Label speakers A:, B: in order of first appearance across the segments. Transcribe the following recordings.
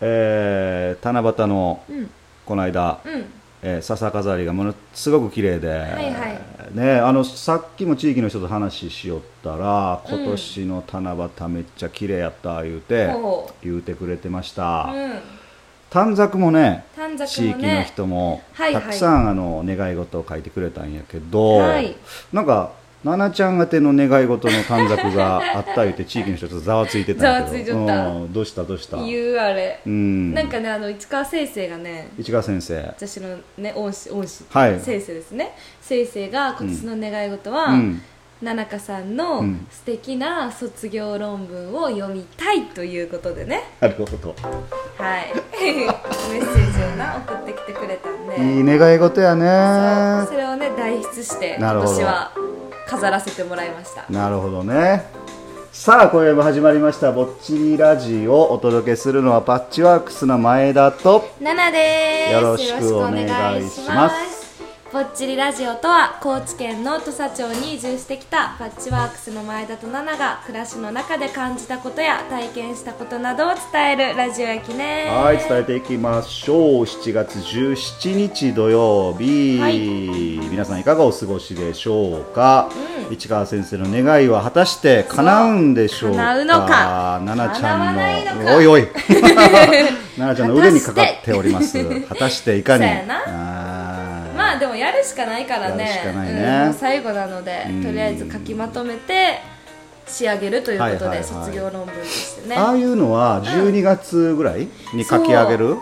A: えー七夕の
B: うん
A: この間、
B: うん
A: えー笹飾りがものすごく綺麗で、
B: いはい
A: ね、あのさっきも地域の人と話しよったら今年の七夕めっちゃ綺麗やった言うて、
B: ほ
A: 言うてくれてまし
B: う
A: た、
B: うん
A: 短冊もね
B: 短冊
A: 地
B: もね
A: 域の人も
B: はいは
A: た
B: い
A: くさんあの願い事を書いてくれたんやけど、
B: はい
A: なんか奈々ちゃん宛ての願い事の短冊があった言うて地域の人ちょっとざわついてたんや
B: ざわつい
A: け
B: ち
A: ど
B: ゃった
A: うんどうしたどうした
B: 言うあれ
A: うん
B: なんかねあの市川先生がね
A: 市川先生
B: 私のね恩師恩師
A: はい
B: 先生ですね先生が今年の願い事は、
A: うん
B: ななかさん
A: う
B: の
A: ん
B: 素敵な卒業論文を読みたいということでね、
A: なるほど
B: はい メッセージをな送ってきてくれたんで
A: いい願い事やね
B: そうそれをね代筆して
A: な
B: 今
A: るほど
B: 年は飾らせてもらいました
A: なるほどねさあ今夜も始まりました「ぼっちりラジオ」お届けするのはパッチワークスの前田と
B: ナナです
A: よろしくお願いします
B: ぼっちりラジオとは高知県の土佐町に移住してきたパッチワークスの前田とナナが暮らしの中で感じたことや体験したことなどを伝えるラジオやきね
A: はい伝えていきましょう7月17日土曜日、
B: はい
A: 皆さんいかがお過ごしでしょうか、市川先生の願いは果たして叶うんでしょうか
B: そう叶うのか
A: 奈々ちゃんの
B: 叶わないのか
A: おいお い奈々ちゃんの腕にかかっております果たしていかに
B: そうやな
A: あー
B: まあでもやるしかないからね
A: やるしかないね
B: うんもう最後なので
A: うん
B: とりあえず書きまとめて仕上げるということ
A: は
B: で、
A: いはいはい
B: 卒業論文としてね
A: ああいうのは12月ぐらいに書き上げる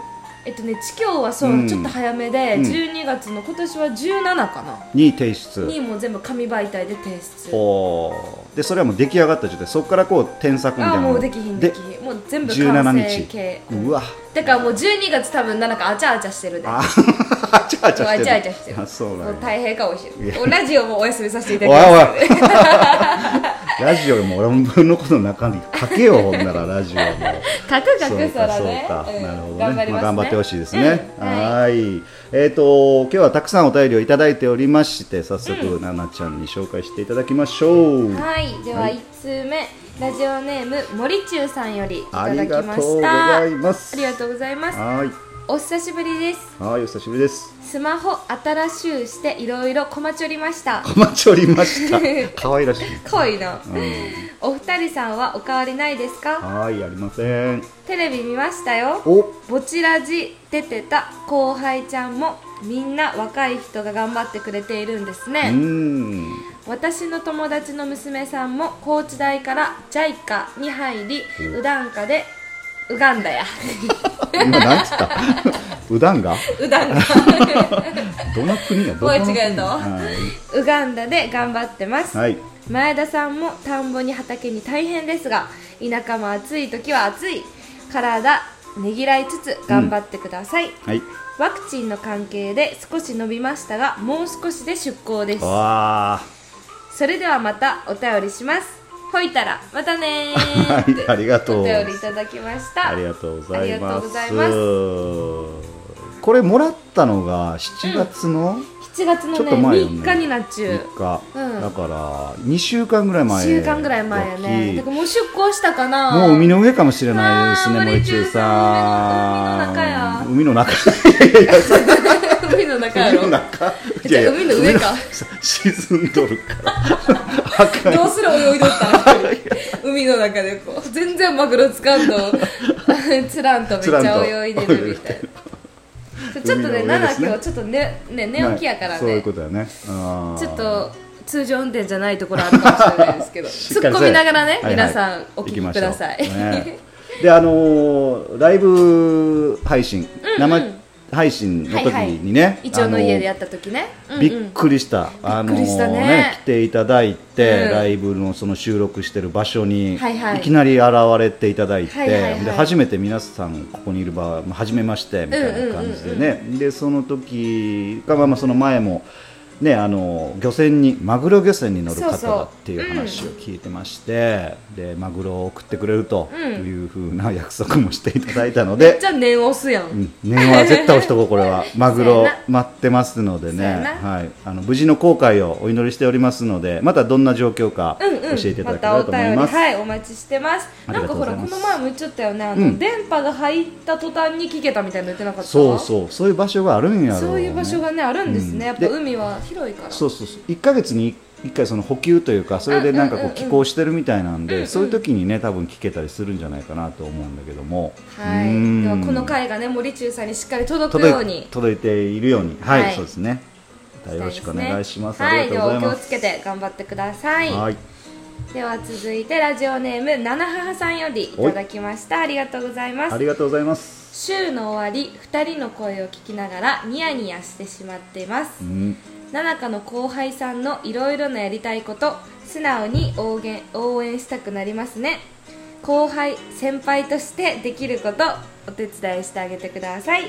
B: えっとね知教はそう、
A: うん
B: ちょっと早めで、
A: うん
B: 12月の今年は17かな、
A: に提出
B: にもう全部紙媒体で提出
A: ほうでそれはもう出来上がった状態そこからこう添削みたい
B: あ
A: な
B: あ
A: の
B: もうできひんできひんもう全部完成
A: 17
B: 形
A: 日うわ
B: だからもう12月多分なんかあちゃあちゃしてるで
A: ああちゃあちゃして
B: あ
A: る
B: ちゃあちゃしてる
A: あそうなん
B: もう
A: や
B: 大変かもしれ
A: いや
B: ないラジオもお休みさせていた
A: おい
B: だきますので
A: おいラジオも論文のことの中に書けよほんならラジオも
B: カクカクそらね
A: そうかそうか
B: うん
A: なるほどね
B: 頑張りますね、
A: あ、頑張ってほしいですね、
B: うんは
A: は
B: い
A: ーいえっ、と今日はたくさんお便りをいただいておりまして早速、ななちゃんに紹介していただきましょう
B: はい、では
A: はい
B: 1通目、ラジオネーム森中さんよりい
A: あ
B: ただ
A: り
B: き
A: が
B: ま
A: とう
B: し
A: ご
B: た
A: ざいます
B: ありがとうございます
A: はーい
B: お久しぶりです
A: はーいお久しぶりです
B: スマホ新しゅうしていろいろこまちょりました
A: お待ちおりま した可愛らしい
B: かわいいな、
A: うん
B: お二人さんはお変わりないですか
A: はい、ありません。
B: テレビ見ましたよ
A: お、
B: ぼちらじ出てた後輩ちゃんもみんな若い人が頑張ってくれているんです
A: う
B: ね、
A: ーん、
B: 私の友達の娘さんも高知大から JICA に入り
A: お
B: ウダンカでウガンダや
A: 今なんつった。 うだんが。
B: ウダンカ
A: どの国が。ど
B: 声
A: の国
B: 違えたわ
A: はい
B: ウガンダで頑張ってます、
A: はい。
B: 前田さんも田んぼに畑に大変ですが田舎も暑い時は暑い体ねぎらいつつ頑張ってください、
A: はい。
B: ワクチンの関係で少し伸びましたがもう少しで出港です
A: わあ。
B: それではまたお便りしますほいたらまたねー
A: はい、ありがとう
B: お。便りいただきました
A: ありがとうござい
B: ありが
A: ま
B: とうご
A: す
B: ざいます。
A: これもらったのが7月の
B: 7月の
A: ちょっ
B: ね
A: と前よね
B: 3日になっちゅう
A: 3日、
B: うん
A: だから2週間ぐらい
B: 1
A: 前
B: 週間ぐらい前やねだからもう出港したかな
A: もう海の上かもしれないですね
B: あー
A: 森中さん
B: 森中さん
A: 海の中や
B: 海の中や
A: 海の
B: ろ
A: 中
B: じゃあ海の上か
A: 沈んどるからあかん
B: どうする泳いどったん海の中でこう全然マグロつか んとつらんとめっちゃ泳いでるみたいなちょっとね
A: 海の上で
B: 奈
A: すね
B: 良今日ちょっとねね寝起きやから
A: そういう
B: ね
A: ことだねあー
B: ちょっと通常運転じゃないところあるかもしれないですけ ど
A: し
B: 突
A: っか
B: っ
A: りせえ
B: 込みながらね
A: はいはい
B: 皆さんお
A: 行
B: 聞
A: き
B: き
A: ま
B: く
A: しょう
B: ださい
A: ねであのーライブ配信生配信の時にね
B: 一応の家でや
A: っ
B: った時ねうん
A: びっ
B: うん
A: くりしたあの
B: びっくりした
A: ー
B: ね
A: ね来ていただいて
B: うん
A: ライブのその収録してる場所にい
B: はいはい
A: きなり現れていただいて
B: はいはいはい
A: で初めて皆さんここにいる場合初めましてみたいな感じでねでその時がまあまあその前もね、あの漁船にマグロ漁船に乗る方
B: そうそう
A: だっていう話を聞いてまして、でマグロを送ってくれるというふうな約束もしていただいたの
B: めっ
A: で
B: ち、ゃ念押すやん、
A: うん念は絶対押しとこうこれはマグ
B: そう
A: ロ
B: や
A: 待ってますので
B: そうや
A: ね
B: な、
A: はい、あの無事の航海をお祈りしておりますのでまたどんな状況か
B: うんうん、
A: 教えていただければと思い
B: ま
A: ます
B: たお便り、。はい、お待ちしてます
A: あ
B: な
A: り
B: ん
A: が
B: か
A: とうご
B: ほ
A: ざ
B: ら
A: い
B: こ
A: ます
B: の前も言っちゃったよねあの、
A: うん
B: 電波が入った途端に聞けたみたいなの言ってなかった
A: そうそうそういう場所があるんやろね
B: そういう場所がねあるんですね、
A: うん
B: やっぱ
A: で
B: 海は広いから
A: そうそうそう1か月に1回その補給というかそれでなんか
B: うんうん
A: こう
B: うんう
A: 寄
B: ん
A: 港してるみたいなんで、
B: うんうん
A: そういう時にね多分聞けたりするんじゃないかなと思うんだけども
B: は
A: うー
B: い
A: ん
B: ではこの回がね森中さんにしっかり届くよう
A: 届い
B: に
A: 届いているようにはい、
B: はい
A: そうですねまたよろしくお願いします、
B: は
A: あ
B: い
A: り
B: で
A: がとうご
B: は
A: ざ
B: お
A: いま
B: 気をつ
A: す
B: けて頑張ってください、
A: はい
B: では続いてラジオネーム七母さんよりいただきましたありがとうございます
A: ありがとうございます、
B: 週の終わり2人の声を聞きながらニヤニヤしてしまっています
A: うん、
B: ななかの後輩さんのいろいろなやりたいこと素直に応援応援したくなりますね後輩先輩としてできることお手伝いしてあげてくだ さい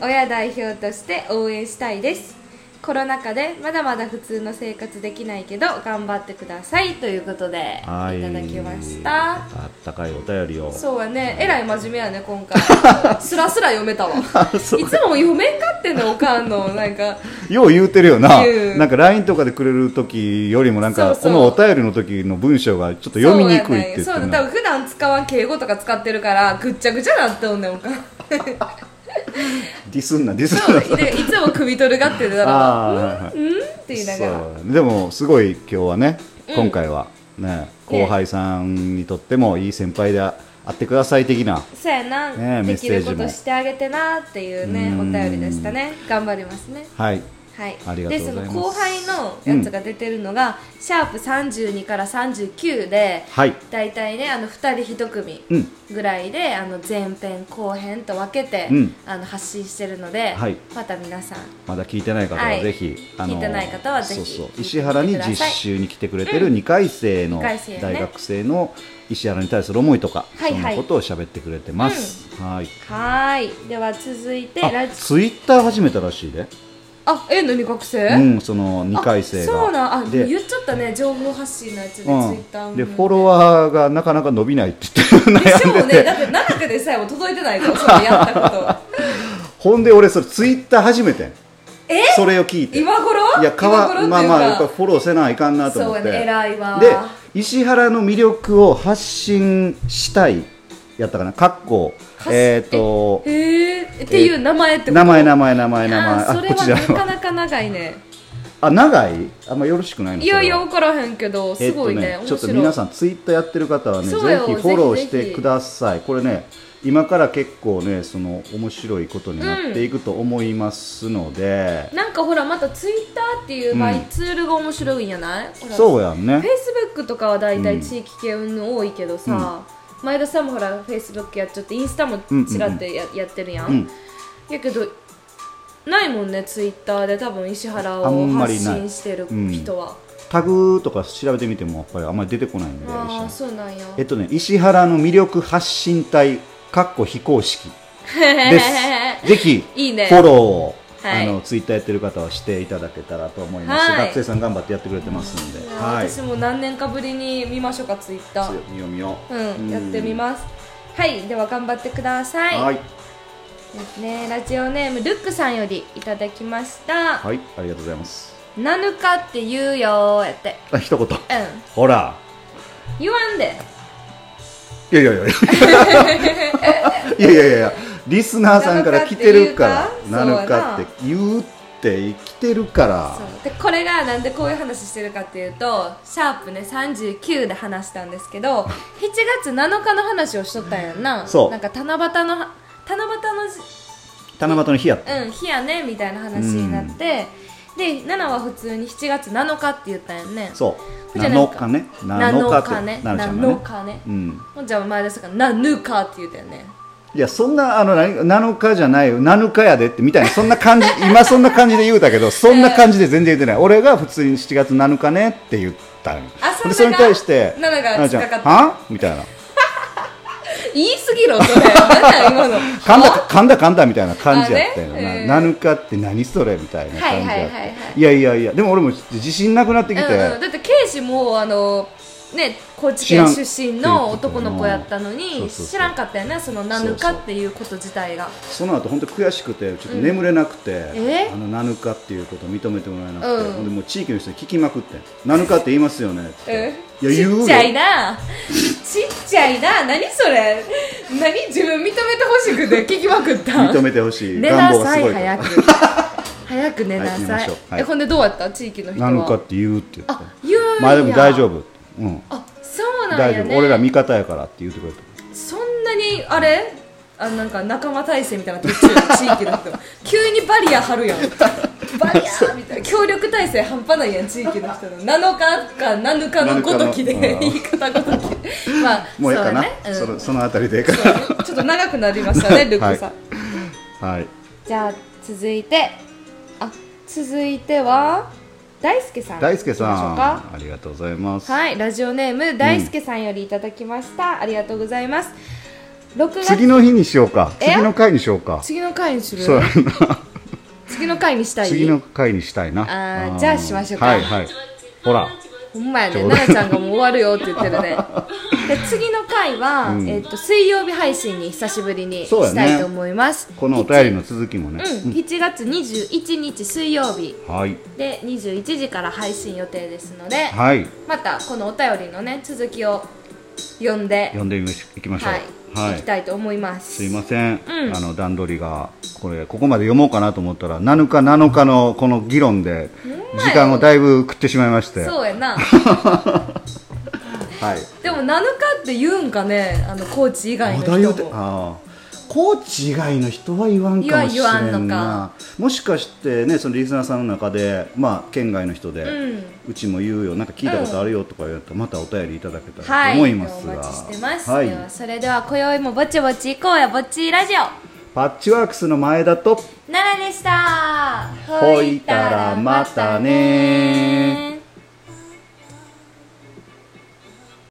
B: 親代表として応援したいですコロナ禍でまだまだ普通の生活できないけど頑張ってくださいということでいた
A: はい
B: だきまし
A: や
B: た
A: っぱあったかいお便りを
B: そうやね、えらい真面目やね、今回。すらすら読めたわ。いつも読めんかってんの、おかんの、なんか。
A: よう言うてるよな
B: 言う
A: なんか LINE とかでくれる時よりもなんか
B: そうそう
A: このお便りの時の文章がちょっと読みにくいって言って
B: そうやねんそ
A: るな
B: う、多分普段使わん敬語とか使ってるから、ぐっちゃぐちゃなっとんねん、おかん。
A: ディスんなディス
B: そ
A: んな
B: う、で、いつも首取るがってるだろ
A: ああ、はいは
B: う。
A: い
B: うんって言いながら。
A: そうでもすごい今日はね、今回はね後輩さんにとってもいい先輩であってください的な
B: そうやな、
A: ねえメ
B: で
A: ッ
B: き
A: セー
B: る
A: ジ
B: こ
A: も
B: としてあげてなっていうね、
A: うん
B: お便りでしたね。頑張りますね。
A: はい
B: はい、
A: ありがとうございます
B: でその後輩のやつが出てるのが、シャープ32から39で、
A: はい
B: 大体ねあの2人1組
A: うん
B: ぐらいで、あの前編後編と分けて、
A: うん
B: あの発信してるので、
A: はい
B: また皆さん
A: まだ聞いてない方はぜひ、
B: はい聞いてない方はぜひ
A: そうそう
B: 聞いて
A: 石原に
B: ください
A: 実習に来てくれてる2回生
B: 二
A: の
B: 回生ね
A: 大学生の石原に対する思いとか、
B: はいはい
A: そんなことを喋ってくれてます、はい
B: はーいでは続いてラ
A: あ
B: ジ
A: ツイッター始めたらしいで、
B: あえ何学生、
A: うん、その2回生が
B: あそうなんあ
A: で
B: 言っちゃったね情報発信のやつで、ツイッター
A: う
B: も
A: ん、でフォロワーがなかなか伸びないって言ってる
B: でし
A: 悩
B: ょ
A: んでて、
B: うねだって長くでさえも届いてないからそれやったこと
A: ほんで俺それツイッター始めてん
B: え
A: それを聞いて
B: 今 頃
A: いやかわ
B: 今頃っていうか
A: まあまあやっぱフォローせないかんなと思って
B: そうやね偉いわ
A: で石原の魅力を発信したいやったかなかっこ
B: 発
A: えっ、と
B: えー、っていう名前ってこと
A: 名前名前名前名前
B: あそれ
A: こっちじ
B: は
A: ゃな
B: ないか
A: わ
B: なか長いね
A: あ長いあんまよろしくないの
B: いやいや
A: それは
B: 分からへんけどすごいね,、
A: えっと
B: 面
A: ちょ
B: 白
A: っ
B: い
A: と皆さんツイッターやってる方はねぜひ
B: そ
A: フ
B: うよ
A: ォローし
B: ぜひぜ
A: て
B: ひ
A: くださいこれね今から結構ねその面白いことになっていくと思いますので、
B: なんかほらまたツイッターっていうマイ
A: うん
B: ツールが面白いんやない、ほら
A: そうやんね
B: フェイスブックとかは大体地域系の多いけどさ、前田さんもほらフェイスブックやっちゃってインスタもちらってや,、やってるやん、
A: うん
B: やけどないもんねツイッターで多分石原
A: あ
B: を
A: んま
B: 発
A: りない
B: 信してる人は、
A: タグとか調べてみてもやっぱりあんまり出てこないんで
B: ああそうなんや
A: えっとね石原の魅力発信隊かっこ非公式です ぜひ
B: いいね
A: フォローを
B: はい
A: あのツイッターやってる方はしていただけたらと思います、
B: はい
A: 学生さん頑張ってやってくれてますんで、
B: いや
A: はい
B: 私も何年かぶりに見ましょうかツイッター
A: 見よう見よ
B: う
A: うんん
B: やってみますはいでは頑張ってください、
A: はい、
B: ですねラジオネームルックさんよりいただきました
A: はい、ありがとうございます
B: 「なぬかって言うよ」やって
A: あ一言
B: うん
A: ほら
B: 言わんで
A: いやいやいや いやいやいやリスナーさんから来てるからな
B: なの
A: の
B: か
A: か
B: っ
A: って言うって来てるから
B: そうでこれがなんでこういう話してるかっていうとシャープね39で話したんですけど7月7日の話をしとったんやんな
A: そう
B: なんか七夕の七夕のじ
A: 七夕の日やった
B: うん、日やねみたいな話になって、で奈々は普通に7月7日って言ったんやんね
A: そう
B: じゃあなん
A: 7
B: か
A: 日ね
B: 7
A: 7
B: 日
A: 日
B: ね
A: ねな
B: 7
A: るちゃんがね
B: 日ね
A: うん
B: ほんじゃ前田さんが「なぬか」って言うたよね
A: いやそんなあの何7日じゃないよ7日やでってみたいなそんな感じ今そんな感じで言うたけ どそんな感じで全然言ってない俺が普通に7月7日ねって言ったの
B: あそれ
A: でそれに対して
B: が奈々が
A: 奈々ちゃん
B: 近かった
A: はみたいな
B: 言いすぎろそれ何なん今の
A: 噛んだ噛んだ噛んだみたいな感じやったよな、
B: あねうん
A: 7日って何それみたいな感じやった、
B: はい
A: い
B: はいはいはい
A: やいやいやでも俺も自信なくなってきて、
B: うんうん、だって圭司もあのね高知県出身の男の子やったのに
A: 知らんそうそうそう
B: 知らんかったよねその何ぬかっていうこと自体が
A: その後本当悔しくてちょっと眠れなくて、
B: え
A: あのナヌカっていうことを認めてもらえなくて、
B: うん
A: ほんでもう地域の人に聞きまくってナヌカって言いますよねって、
B: うん
A: いや言う
B: ち
A: よ
B: っちゃいなちっちゃいな何それ何自分認めてほしく て聞きまくった
A: 認めてほ しい
B: 寝
A: 願
B: な
A: 望が
B: さ
A: す
B: い
A: ごい
B: 早く早く寝な
A: はい寝
B: さ
A: ま
B: い、
A: しょうはい
B: えほんでどうやった地域の人は
A: ナヌカって言うって言って
B: あ言うんや
A: まあでも大丈夫、うん、
B: あそうなん
A: 大
B: や
A: 丈
B: ね
A: 夫俺ら味方やからって言ってくれた
B: そんなにあれあなんか仲間体制みたいな途中地 域の人急にバリア張るやんバリアーみたいな協力体制半端ないやん地域の人の7日か7日のごときで
A: 7日の
B: 言い方ごときまあ
A: もうええかな
B: そうだね、うん
A: そのそのあたりでええか
B: そうだねちょっと長くなりまし たねルックさん、
A: なはい
B: じゃあ続いてあ続いては大輔さん
A: 大輔さ
B: 行きましょうんか
A: ありがとうございます、
B: はい、ラジオネーム大輔さんよりいただきました、ありがとうございます6月
A: 次の日にしようか
B: え
A: 次の回にしようか
B: 次の回にする
A: そうやな
B: 次の回にしたい
A: 次の回にしたいな
B: あー
A: ー
B: じゃあしましょうか
A: はいはいほら
B: ほんまや
A: ち
B: ね
A: ょうど
B: 奈々ちゃんがもう終わるよって言って るねで次の回は、
A: うん
B: えっと水曜日配信に久しぶりに
A: そうや
B: し
A: ね
B: たいと思います、
A: このお便りの続きもね、
B: うん、7月21日水曜日
A: はい
B: で21時から配信予定ですので
A: はい
B: またこのお便りのね続きを読んで
A: 読んでみましいきましょう
B: はい、
A: はい
B: いきたいと思います
A: すいません、
B: うん
A: あの段取りがこれここまで読もうかなと思ったら7日7日のこの議論で
B: んまや
A: 時間をだいぶ食ってしまいましては
B: そうやないでも7日って言うんかねあの高知以外
A: あ
B: の
A: だ言うて
B: 人も
A: あーコーチ以外の人は言わんかもしれ
B: 言わ言わん
A: んな
B: のか
A: もしかしてねそのリスナーさんの中で、まあ、県外の人で、う
B: うん
A: ちも言うよなんか聞いたことあるよとか言うと、またお便りいただけた
B: は
A: ら
B: い
A: と思いますが、
B: お待ちしてます、
A: はい
B: ではそれでは今宵もぼちぼち行こうやぼっちいラジオ
A: パッチワークスの前田と
B: 奈良でした
A: ほいたらまたね